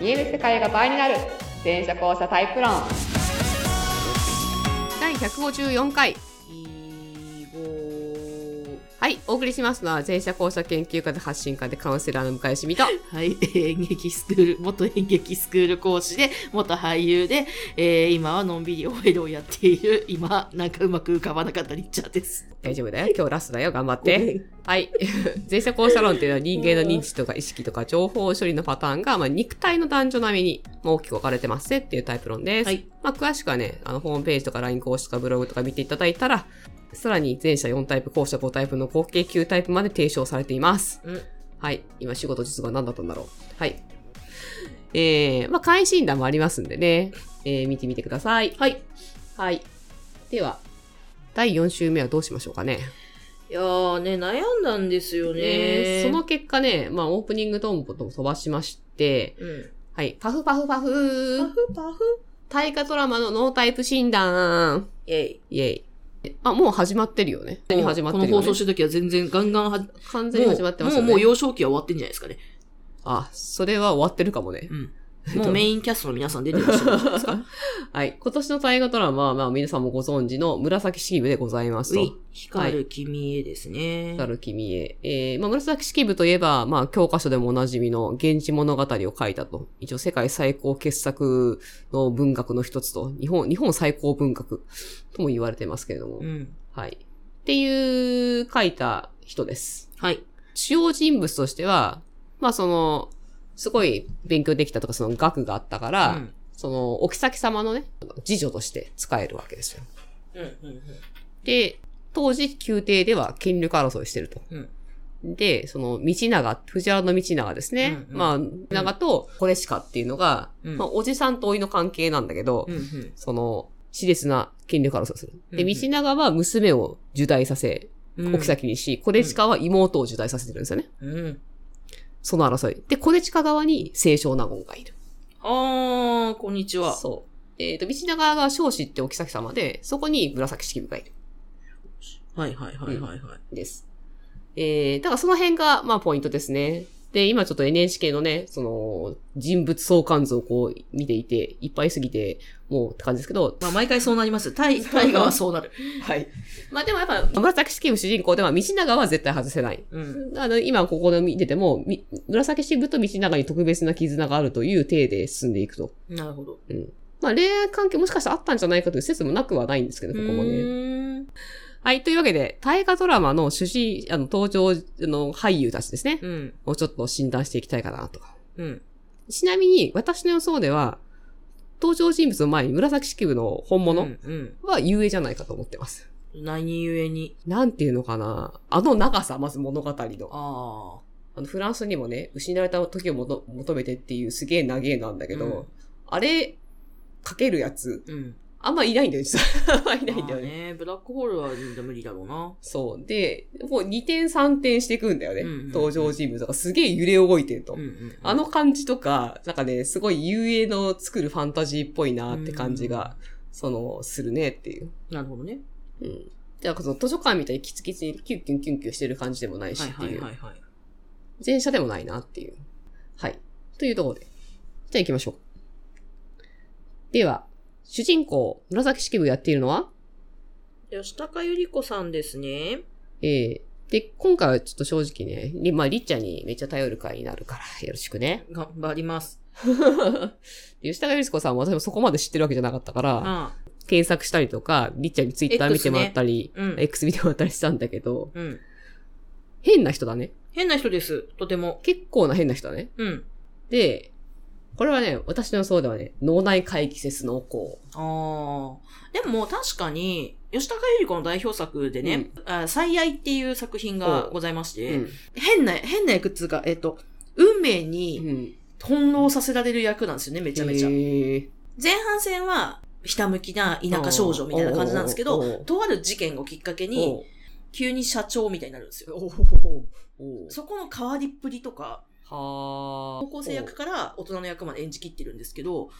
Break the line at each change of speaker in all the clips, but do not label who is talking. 見える世界が倍になる全車交差タイプ論第154回
いご
はいお送りしますのは全車交差研究家で発信家でカウンセラーの向井しみと
はい、演劇スクール、 元演劇スクール講師で、元俳優で、えー今はのんびり OL をやっている、今、なんかうまく浮かばなかったリッチャーです。
大丈夫だよ今日ラストだよ頑張ってはい 全社交差論っていうのは人間の認知とか意識とか情報処理のパターンが、まあ、肉体の男女並みにまあ大きく分かれてますねっていうタイプ論です、
はい
まあ、詳しくはねあのホームページとか LINE 公式とかブログとか見ていただいたらさらに前者4タイプ後者5タイプの合計9タイプまで提唱されています、
うん
はい今仕事術が何だったんだろうはいえー、まあ会診断もありますんでね、えー、見てみてくださいはいはいでは第4週目はどうしましょうかね
いやーね、悩んだんですよね。
ねその、結果ね、まあオープニングトーンとも飛ばしまして、
うん。
はい、パフパフパフ
パフパフ
大河ドラマのノータイプ診断
イェイ。
イェイ。えあ、もう始まってるよね。完全に始まってる
こ
よ
の放送
ね
し。てる時は全然ガンガンは、
完全に始まってますよね。
もうもう幼少期は終わってんじゃないですかね。
あ、それは終わってるかも ね。
うん。 もうメインキャストの皆さん出てらっしゃるんじゃないですか。
はい。今年の大河ドラマは、まあ皆さんもご存知の紫式部でございます
うい
と。、
光る君へですね。
光る君へ。えー、まあ紫式部といえば、まあ教科書でもおなじみの源氏物語を書いたと。一応世界最高傑作の文学の一つと。日本、日本最高文学とも言われてますけれども。
うん。
はい。っていう書いた人です。
はい。
主要人物としては、まあその、すごい勉強できたとか、その学があったから、
うん
その、お妃様のね、次女として使えるわけですよ。
うんうん
で、当時、宮廷では権力争いしてると。
うん
で、その、道長、藤原の道長ですね。
うんうん
まあ、長とコレシカっていうのが、
うん
まあ、おじさんとおいの関係なんだけど、
うん。うんうん。
その、熾烈な権力争いをする。で、
うんう
道
ん
長は娘を受胎させ、
うん
お妃にし、コレシカは妹を受胎させてるんですよね。
うん。
その争い。で、コレチカ側に清少納言がいる。
あー、こんにちは。
そう。えっ、と、道長が少子ってお妃様で、そこに紫式部がいる。
はいはいはいはいはい。
です。えー、だからその辺が、まあ、ポイントですね。で、今ちょっと NHK のね、その、人物相関図をこう見ていて、いっぱいすぎて、もうって感じですけど、
まあ毎回そうなります。タイ、タイガはそうなる。
はい。まあでもやっぱ、紫式部主人公では、道長は絶対外せない。
うん。
あの、今ここで見てても、み紫式部と道長に特別な絆があるという体で進んでいくと。
なるほど。
まあ、恋愛関係もしかしたらあったんじゃないかという説もなくはないんですけど、ここも
う
ね。
ーん
はい、というわけで、大河ドラマの主人、あの、登場あの俳優たちですね。
うん。
をちょっと診断していきたいかなと。
うん。
ちなみに、私の予想では、登場人物の前に紫式部の本
うん。う
物
ん。
は遊泳じゃないかと思ってます。
何故に。
なんていうのかなあの長さ、まず物語の。
あ
あのフランスにもね、失われた時をもと求めてっていうすげえ長えなんだけど、
うん
あれ、かけるやつ、
あ。うん。
あんまいないんだよ、実は。あ んまいないんだ
まあ
よね。
ね。ブラックホールは無理だろうな。
そう。で、もう2点3点していくんだよね。
うんうんうん
登場人物とかすげえ揺れ動いてると。
うんうん。
あの感じとか、なんかね、すごい遊泳の作るファンタジーっぽいなって感じが、その、するねっていう。
なるほどね。
うん。じゃあ、その図書館みたいにキツキツにキュッキュンキュンキュンしてる感じでもないし
はい
って。
はいいうはいはい。
前者でもないなっていう。はい。というところで。じゃあ行きましょう。では、主人公、紫式部やっているのは
吉高由里子さんですね。
えー、で、今回はちょっと正直ね、りまあ、りっちゃんにめっちゃ頼る回になるから、よろしく ね。
頑張ります。
で吉高由里子さんは私もそこまで知ってるわけじゃなかったから、
ああ。
検索したりとか、りっちゃんにツイッター見て
X ね
もらったり、
うん。
X 見てもらったりしたんだけど、
うん。
変な人だね。
変な人です。とても。
結構な変な人だね。
うん。
で、これはね、私の予想ではね、脳内回帰説の子。
ああ。でも確かに、吉高由里子の代表作でね、あ最愛っていう作品がございまし
う
て、
ん。
変な、変な役っつうか、えっ、と、運命
う
に
ん。
翻弄させられる役なんですよね、め
め
ちゃめちゃ。
ゃ。
前半戦は、ひたむきな田舎少女みたいな感じなんですけ
おうおうおうお
ど、
う
とある事件をきっかけに、急に社長みたいになるんですよ。
おおお
そこの変わりっぷりとか、
はあ。
高校生役から大人の役まで演じきってるんですけど、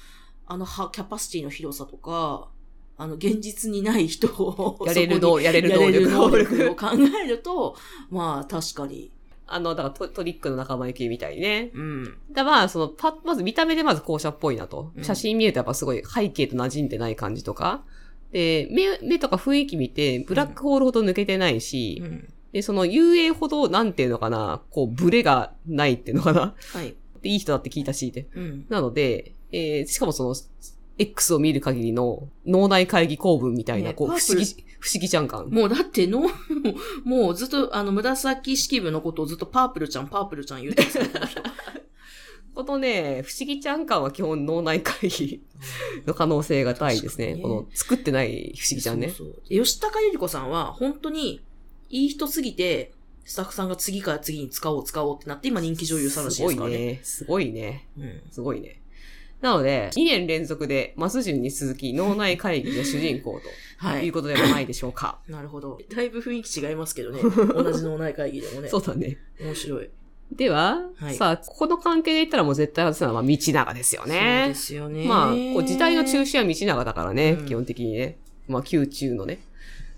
あのはキャパシティの広さとか、あの、現実にない人を
やれる
そこ
能、
に
やれる
や
能
れる
力。
能力を考えると、まあ確かに
あの、だからトトリックの仲間行きみたいにね。
うん。
だからまあ、その、パまず見た目でまず校舎っぽいなと
う。ん
写真見るとやっぱすごい背景と馴染んでない感じとか。で、目、目とか雰囲気見て、ブラックホールほど抜けてないし、
うん。
で、その遊泳ほど、なんていうのかな、こう、ブレがないっていうのかな。
はい。
で、いい人だって聞いたし、で。
うん。
なので、えー、しかもその、X を見る限りの脳内会議構文みたいな、
ね
こう、不
パープ
思
ル
議、不思議ちゃん感。
もうだっての、も うもうずっと、あの、紫式部のことをずっとパープルちゃん、パープルちゃん言ってますよこの人
このね、不思議ちゃん感は基本脳内会議の可能性が高いですね。
確か
こ
にね
の、作ってない不思議ちゃんね。
そうそう吉高由里子さんは、本当に、いい人すぎて、スタッフさんが次から次に使おう、使おうってなって、今人気女優さんらしいですからね。
すごいね。すごいね。
うん
すごいね。なので、2年連続で、マスジンに続き、脳内会議が主人公と
は
いう
い。
ことではないでしょうか。
なるほど。だいぶ雰囲気違います けどね。同じ脳内会議でもね。
そうだね。
面白い。
では、
はい
さあ、ここの関係で言ったらもう絶対外すのはまあ道長ですよ
そう
ね
で。すよね。
まあ、こう時代の中心は道長だからね、
うん
基本的にね。まあ、宮中のね。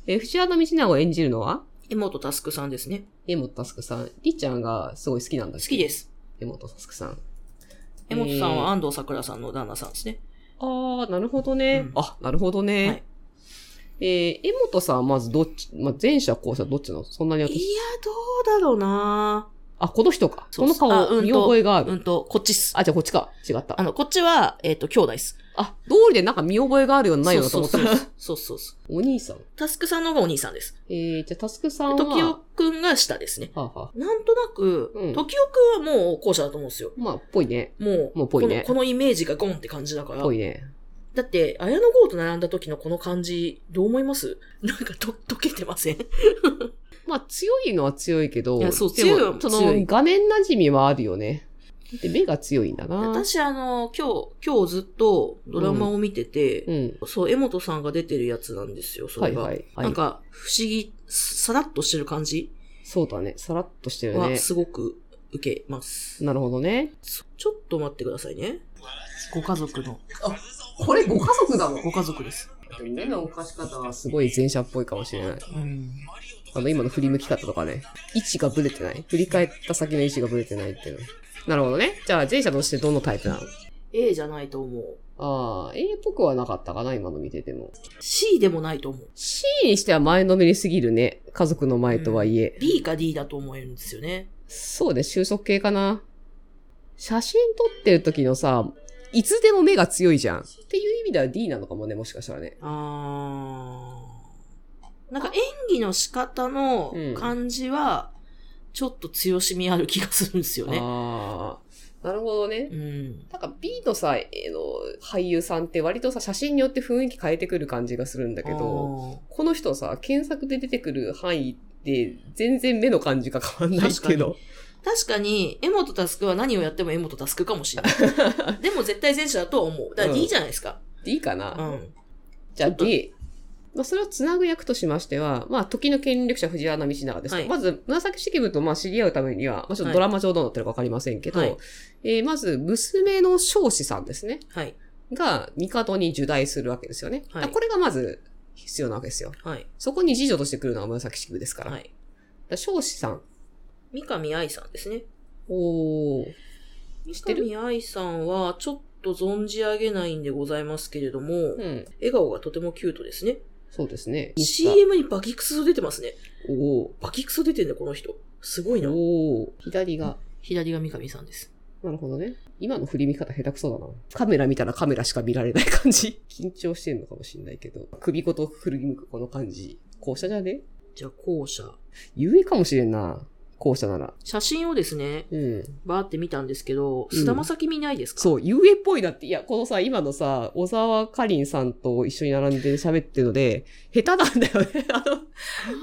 えー、藤原道長を演じるのは、
江本タスクさんですね。
江本佑さん。りっちゃんがすごい好きなんだ
好
っけ
きです。
江本佑さん。
江本さんは安藤桜さんの旦那さんですね。
えー。ああ、なるほどね。
うん
あ、なるほどね。
はい
えー、江本さんはまずどっち、まあ、前者後者どっちなのそんなに
いや
私、、
どうだろうな
あ、この人か。
そ
こ
う
の
そうあう
顔、
んと
見覚えがある。
うんと、こっちっす。
あ、じゃあこっちか。違った
あ。の、こっちは、えっ、と、兄弟っす。
あ、通りでなんか見覚えがあるようなないようなと思ったら。
そうそうそうそうそう。
お兄さん。
タスクさんの方がお兄さんです。
えー、じゃあ、タスクさん
で
は。
時代くんが下ですね。
はあはあ
なんとなく、
うん
時代くんはもう後者だと思うんですよ。
まあ、ぽいね。
もう、
もうぽいね
このこのイメージがゴンって感じだから。
ぽいね。
だって、綾野剛と並んだ時のこの感じ、どう思います なんかと、溶けてません
まあ強いのは強いけど、
いやそう
でも
強いは
そ
強
の
い
画面馴染みはあるよね。で、目が強いんだな。
私、あの、今日、今日ずっとドラマを見てて、
うん。
そう、江本さんが出てるやつなんですよ、そ
は
れ
い
が。
はい。は
なん
い、
か、不思議、さらっとしてる感じ
そうだね。さらっとしてる
は
ね。
すごく受けます。
なるほどね。
ちょっと待ってくださいね。ご家族の。
これご家族だも
ご家族です。
目の動かし方はすごい前者っぽいかもしれない。
うん。
あの、今の振り向き方とかね。位置がブレてない。振り返った先の位置がブレてないっていうの。なるほどね。じゃあ前者としてどのタイプなの
A じゃないと思う。
ああ、A っぽくはなかったかな、今の見てても。
C でもないと思う。
C にしては前のめりすぎるね。家族の前とはいえ。
B か D だと思うんですよね。
そうね、収束系かな。写真撮ってる時のさ、いつでも目が強いじゃん。っていう意味では D なのかもね、もしかしたらね。
あー。なんか演技の仕方の感じは、ちょっと強しみある気がするんですよね。
ああ、なるほどね
う。ん。
なんか B のさ、えーの俳優さんって割とさ、写真によって雰囲気変えてくる感じがするんだけど、この人さ、検索で出てくる範囲で全然目の感じが変わんないっていうの。
あー確かに、江本タスクは何をやっても江本タスクかもし れない。でも絶対前者だとは思う。だから D じゃないですか。
D か
う
な、
ん。
じゃあ
ちょっと
D。まあ、それをつなぐ役としましては、まあ、時の権力者藤原道長ですと、
はい
まず、紫式部とまあ知り合うためには、まあ、ちょっと
はい
ドラマ上どうなってるかわかりませんけど、
はい
えーまず、娘の彰子さんですね、
はい。
が、帝に受代するわけですよね。
はい
あこれがまず、必要なわけですよ。
はい。
そこに次女として来るのが紫式部ですから。
は
はい、
い。
彰子さん。
三上愛さんですね。
おー
三
てる
上愛さんは、ちょっと存じ上げないんでございますけれども、
うん。
笑顔がとてもキュートですね。
そうですね。
CM にバキクソ出てますね。
おー
バキクソ出てんだ、この人。すごいな。
おー左が。
左が三上さんです。
なるほどね。今の振り見方下手くそだな。カメラ見たらカメラしか見られない感じ。 緊張してんのかもしんないけど。首ごと振り向くこの感じ。校舎じゃね
じゃあ、後者。
ゆえかもしれんな。校舎なら。
写真をですね、
うん。
バーって見たんですけど、
うん
菅田将暉見ないですか、
そう、ゆえっぽいなって。いや、このさ、今のさ、小沢かりんさんと一緒に並んで喋ってるので、下手なんだよね。 あの、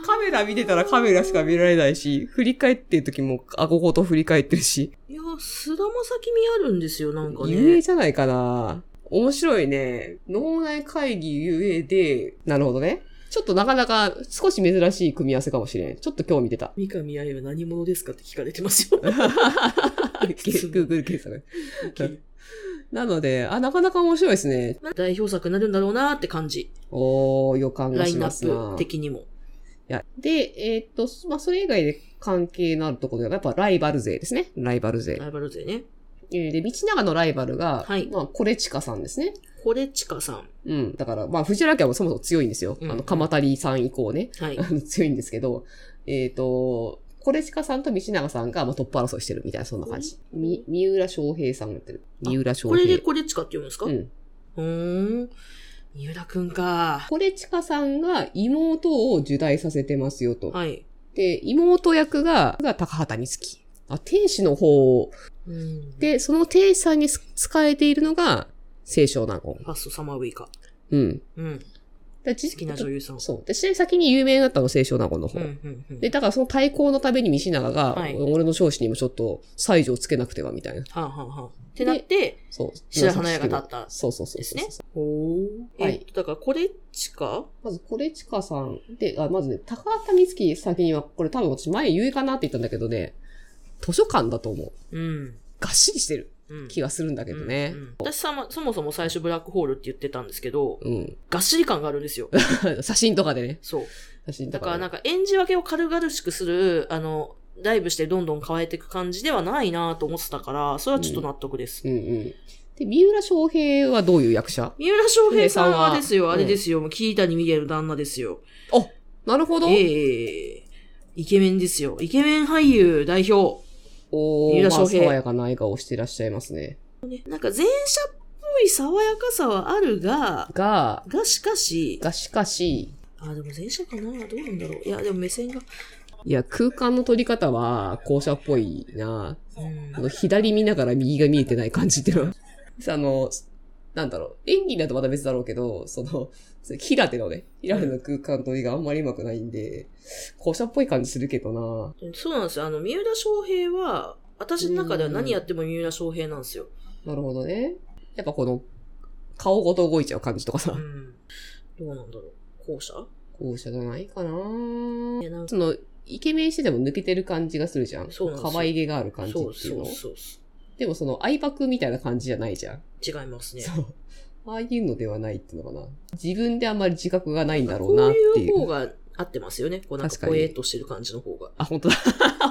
カメラ見てたらカメラしか見られないし、振り返ってる時も顎ごと振り返ってるし。
いや、菅田将暉見あるんですよ、なんか
遊泳
ね。
じゃないかな。面白いね。脳内会議遊泳で、なるほどね。ちょっとなかなか少し珍しい組み合わせかもしれん。ちょっと今日見て
。
た
三上愛は何者ですかって聞かれてますよ。
Google 検索。 なので、あ、なかなか面白いですね。
代表作になるんだろうなーって感じ。
おー、予感
ラ
が
イ
し
ンナ
ます
ッ
な
プ。的にも。
や、で、えーっと、まあ、それ以外で関係のあるところでは、やっぱライバル勢ですね。ライバル勢。
ライバル勢ね。
えーで、道長のライバルが、
はい
まあ、コレチカさんですね。
コレチカさん。
うん。だから、まあ、藤原家はそもそも強いんですよ。
うん
あの、鎌足さん以降ね。
はい
あ。の 強いんですけど、えっ、と、コレチカさんと道長さんが、まあ、トップ争いしてるみたいな、そんな感じ。み、三浦翔平さんがやってる。
あ
三浦翔
これで
平。
コレチカって読むんですか
う。
うんーん。三浦くんか。
コレチカさんが妹を受胎させてますよと。
はい。
で、妹役が、が高畑美月。あ、天使の方
うん、
で、その天使さんにす使えているのが、清少納言。
ファーストサマーウイカ。
うん。
うん。
好
好きな女優さん。
そう。で、ちなみに先に有名になったのは清少納言の方。
うんうんうん。
で、だからその対抗のために道長が、
はい
俺の少子にもちょっと、西条つけなくては、みたいな。
はあ、はあはあ、ってなって、
そう。
白羽の矢が立った
そうそうそうそう。
ですね。ほう。
は
はいい。だから、コレチカ
まず、コレチカさん。で、あまずね、高畑美月先には、これ多分私前言うかなって言ったんだけどね、図書館だと思う。
うん。
がっしりしてる
うん。
気がするんだけどね
うん。うん私さま、そもそも最初ブラックホールって言ってたんですけど、
うん。
がっしり感があるんで すよ。
写真とかでね。
そう。
写真と
だ
かで
から
ね、
なんか演じ分けを軽々しくする、あの、ダイブしてどんどん変えていく感じではないなと思ってたから、それはちょっと納得です。
うんうん。で、三浦翔平はどういう役者
三浦翔平さんは
ね
ですよ、
さんは
あれですよ、もう桐谷美玲の旦那ですよ。
なるほど。
ええイケメンですよ。イケメン俳優代表。
お
三
ー、
浦
まあ、
翔平
爽やかな笑顔をしていらっしゃいますね。
なんか前者っぽい爽やかさはあるが、
が、
がしかし、
がしかし、
あ、でも前者かなどうなんだろう。いや、でも目線が。
いや、空間の取り方は校舎っぽいな。
うん
あの、左見ながら右が見えてない感じっていうの は。あの、なんだろう。演技だとまた別だろうけど、その、平手のね、平手の空間取りがあんまりうまくないんで、校舎っぽい感じするけどな。
そうなんですよ。あの、三浦翔平は、私の中では何やっても三浦翔平なんですよ。
なるほどね。やっぱこの、顔ごと動いちゃう感じとか
う
さ、
ん。どうなんだろう。後者
校舎じゃないかな。
いや、なんか、
その、イケメンしてても抜けてる感じがするじゃん。
そうなんですよ
可愛げがある感じって
そう
いう
そ
の
う。そうそ
でもその、相葉くんみたいな感じじゃないじゃん。
う。違いますね。
そう。ああいうのではないっていうのかな。自分であんまり自覚がないんだろ
こ
うなっ
う
てい。
いうう方が合ってますよね。こうなんか、
確か
ぽ
に
えっとしてる感じの方が。
あ、本当 だ。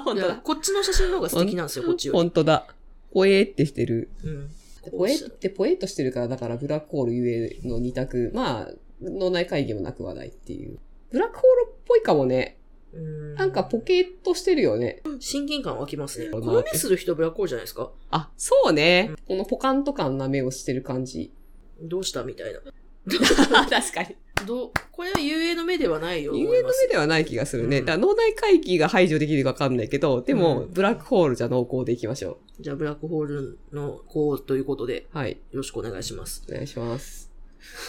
本当
いや
だ。
こっちの写真の方が素敵なんですよ、こっちより。
本当だ。ポエってしてる。
うん。
ポエってポエっとしてるから、だからブラックホールゆえの二択。まあ、脳内会議もなくはないっていう。ブラックホールっぽいかもね。
うん
なんかポケっとしてるよね。
親近感湧きますね。
うん
この目する人ブラックホールじゃないですか
あ、そうね。このポカンと感な目をしてる感 じ。
どうしたみたいな。
確かに。
どうこれは遊泳の目ではないよ。
有名の目ではない気がするね。
うん
だから脳内会議が排除できるかわかんないけど、でも、
うん
ブラックホールじゃ濃厚でいきましょ
じゃあ、ブラックホールの子ということで、よ
う。はい。
ろしくお願いします。
お願いします。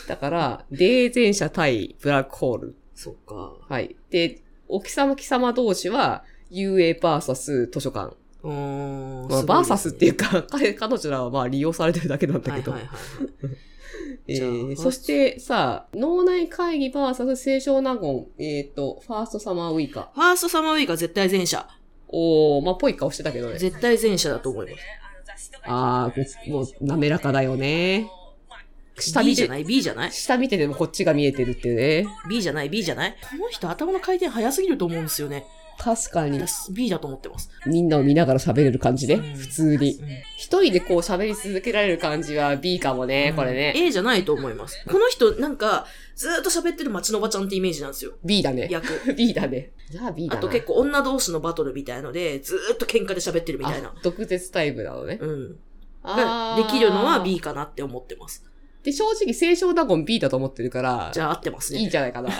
だから、霊前者対ブラックホール。
そっか。
はい。で、お貴様貴様同士は、UA バーサス図書館。
うーん。
まあ、バーサスっていううか、 彼彼女らはまあ利用されてるだけなんだ
は
け
い
ど。
はいはいはい。
え
じゃ
ー、
あ
そしてさ、脳内会議バーサス清少納言、えっ、と、ファーストサマーウイカ。
ファーストサマーウイカ絶対前者。
おー、まあ、ぽい顔してたけどね。
絶対前者だと思います。
あー、もう滑らかだよね。下
B
見
じ
て
ゃな、い ?B じゃない
下見ててもこっちが見えてるってね。
?B じゃない ?B じゃないこの人頭の回転早すぎると思うんですよね。
確かに。
私 B だと思ってます。
みんなを見ながら喋れる感じね。
うん
普通に。
うん
一人でこう喋り続けられる感じは B かもね、これね。
A じゃないと思います。この人、なんか、ずーっと喋ってる町のおばちゃんってイメージなんですよ。
B だね。
役。
B だね。じゃあ B だ
あ
な。
と結構女同士のバトルみたいので、ずーっと喧嘩で喋ってるみたいな
あ。毒舌タイプなのね。
うん。
あ
が
ー
できるのは。B かなって思ってます。
で、正直、清少納言 B だと思ってるから、
じゃあ合ってますね。
いいんじゃないかな。
ゃ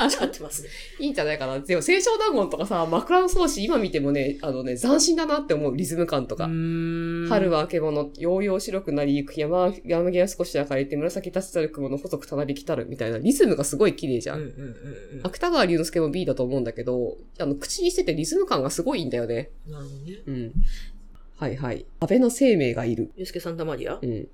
合ってますね。
いいんじゃないかな。でも、清少納言とかさ、枕草子今見てもね、あのね、斬新だなって思うリズム感とか。
ん
春。は獣、ようよう白くなりゆく山、山際少し明かりて紫立つたる雲の細くたなびきたるみたいなリズムがすごい綺麗じ
う
ゃ
んうん
ん。
うんうん。
芥川龍之介も B だと思うんだけど、あの、口にしててリズム感がすごいんだよね。
なるほどね。
うん。はいはい。安倍の生命がいる。
ゆうすけサンタマリア
うん。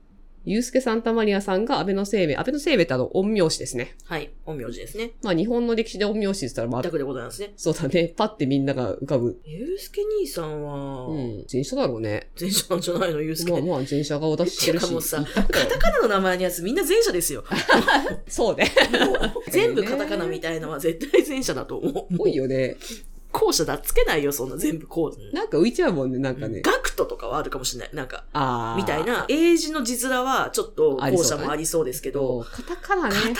ユースケ・サンタマリアさんが安倍の生命、安倍の生命ってあの、陰陽師ですね。
はい。陰陽師ですね。
まあ、日本の歴史で陰陽師って言ったら、まあ
一、択でございますね。
そうだね。パッてみんなが浮かぶ。
ゆうすけ兄さんは、
うん。前者だろうね。
前者なんじゃないのゆうすけ。
まあまあ、前者顔出してる
てか
し。
もうさ
一択だ
カ
よ
タカナの名前のやつみんな前者です よ。
そうね。
全部カタカナみたいのは絶対前者だと思う。
多いよね。
後者だっつけないよ、そんな全部こう。
なんか浮いちゃうもんね、なんかね。
ガクトとかはあるかもしれない。なんか、
ああ。
みたい。な、英字の字面はちょっと後者もありそうですけど、
カタカナね
カ。タカ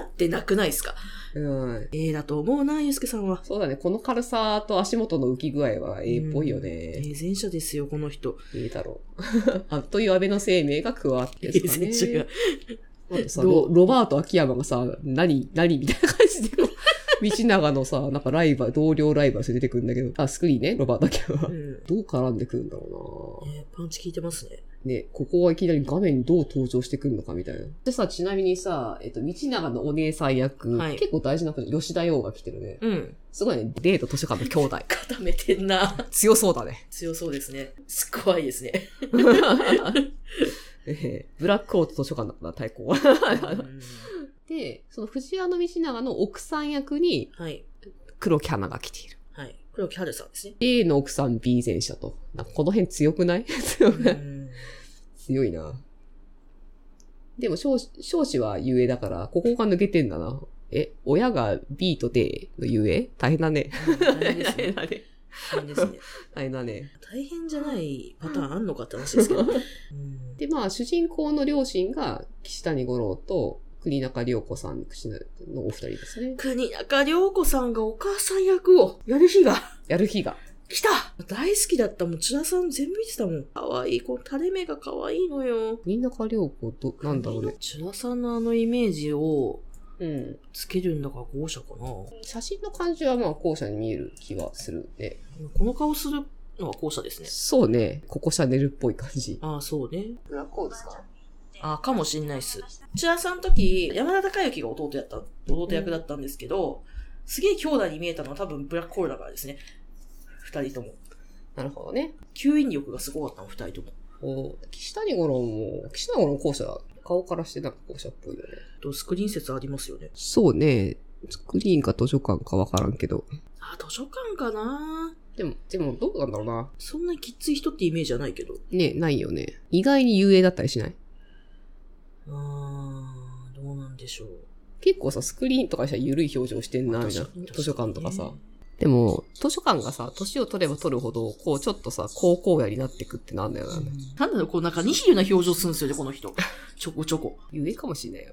ナってなくないですか
うん。
ええだと思うな、ゆうすけさんは。
そうだね。この軽さと足元の浮き具合は A っぽいよね。
えー前者ですよ、この人。
いいだろう。 あという安倍の生命が加わって
え
ですか
前者
ね あ
が。。
とさ
ど
ロ
う
ロバート秋山がさ、何、何みたいな感じで、道 長のさ、なんかライバル、同僚ライバルして出てくるんだけど、あ、スクリーンね、ロバート秋山
う。ん。
どう絡んでくるんだろうな
えーパンチ効いてますね。
ね、ここはいきなり画面にどう登場してくるのかみたいな。でさ、ちなみにさ、えっと、道長のお姉さん役、
はい
結構大事なこと、吉田洋が来てるね。
うん。
すごいね、デート図書館の兄 弟。
固めてんな。
強そうだ ね。
強そうですね。す怖いですね。
ええブラックオート図書館だったな、対抗は。で、その藤原道長の奥さん役に
はい。
黒木花が来ている。
はい。黒木春さんです ね。
A の奥さん B 前者と。なんかこの辺強くない 強くない強いな。でも少子、少子はゆえだから、ここが抜けてんだな。え、親が B と D のゆえ大変だね。
大変ですね。
だね。
大変ですね。
大変だね。
大変じゃないパターンあんのかって話ですけど。うん
で、まあ、主人公の両親が岸谷五郎と国中涼子さんのお二人ですね。
国中涼子さんがお母さん役をやる日が
やる日が。
来た大好きだったもん。千田さん全部見てたもん。かわいい。この垂れ目がかわいいのよ。
国中涼子と、なんだろうね。
千田さんのあのイメージを
うん。
つけるんだから後者かな。こ
写真の感じはまあ、後者に見える気はするね。
の顔するのは後者ですね。
そうね。ここシャネルっぽい感じ。
ああ、そうね。
ブラックオーですか
ああ、かもしんないっす。千田さんの時、山田孝之が弟やった、弟役だったんですけど、すげえ兄弟に見えたのは多分ブラックホールだからですね。二人とも。
なるほどね。
吸引力がすごかったの、二人とも。
お岸谷五郎も、岸谷五郎も後者だ。顔からしてなんか後者っぽいよね。
とスクリーン説ありますよね。
そうね。スクリーンか図書館かわからんけど。
あ、図書館かな
でも、でもどうなんだろうな。
そんなにきっつい人ってイメージはないけど。
ね、ないよね。意外に遊泳だったりしない
あー、どうなんでしょう。
結構さ、スクリーンとかしたら緩い表情してんな、みたいな
確かに。
図書館とかさ。。
確
でも、図書館がさ、年を取れば取るほど、こう、ちょっとさ、高校やになってくってなんだよ
かに
な。
ねなんだろう、こうなんかニヒルな表情するんですよね、この 人。ちょこちょこ。
遊泳かもしれないよ。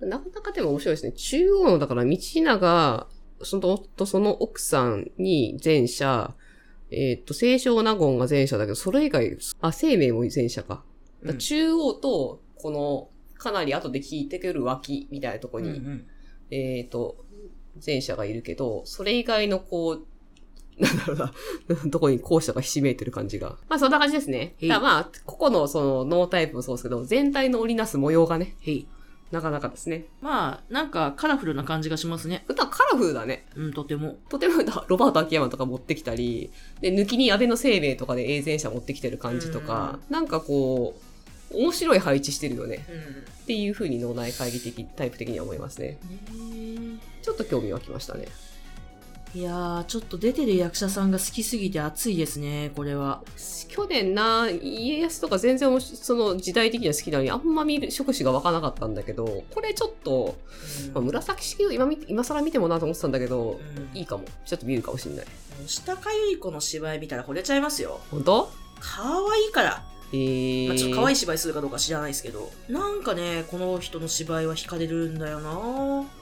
なかなかでも面白いですね。中央の、だから、道長、その夫、その奥さんに前者、えーっ、と、清少納言が前者だけど、それ以外、あ、生命も前者か。だから中央と、この、かなり後で聞いてくる脇みたいなとこ
央
に、
うん
えっ、と、前者がいるけど、それ以外のこう、 なんだろうな、 どこに後者がひしめいてる感じが。まあそんな感じですね。
へい
だからまあ、個々のそのノータイプもそうですけど、全体の織りなす模様がね、
へい。
なかなかですね。
まあ、なんかカラフルな感じがしますね。
歌カラフルだね。
うん、とても。
とてもだロバート秋山とか持ってきたり、で、抜きに安倍の生命とかで永前者持ってきてる感じとか、なんかこう、面白い配置してるよね。っていう風に脳内会議的、タイプ的には思いますね。
ね
ちょっと興味湧きましたね。
えいやー、ちょっと出てる役者さんが好きすぎて熱いですね、これは。
去年な家康とか全然おしその時代的には好きなのにあんま見る触手が湧かなかったんだけどこれちょっと、まあ、紫式を今見今更見てもなと思ってたんだけど
うん
いいかもちょっと見るかもしんない
下かゆい子の芝居見たら惚れちゃいますよ。
本当
可愛いから。
えー、
まあ、ちょっと可愛
い、
い芝居するかどうか知らないですけど。なんかね、この人の芝居は惹かれるんだよな
え
不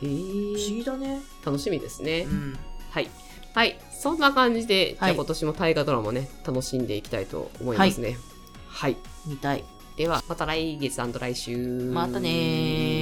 思
ー、
議だね。
楽しみですね、
ん。
はいはいそんな感じで、じゃ
は
あ
い
今年も大河ドラマね楽しんでいきたいと思いますねはい、
見たい。
ではまた来月来週
またねー。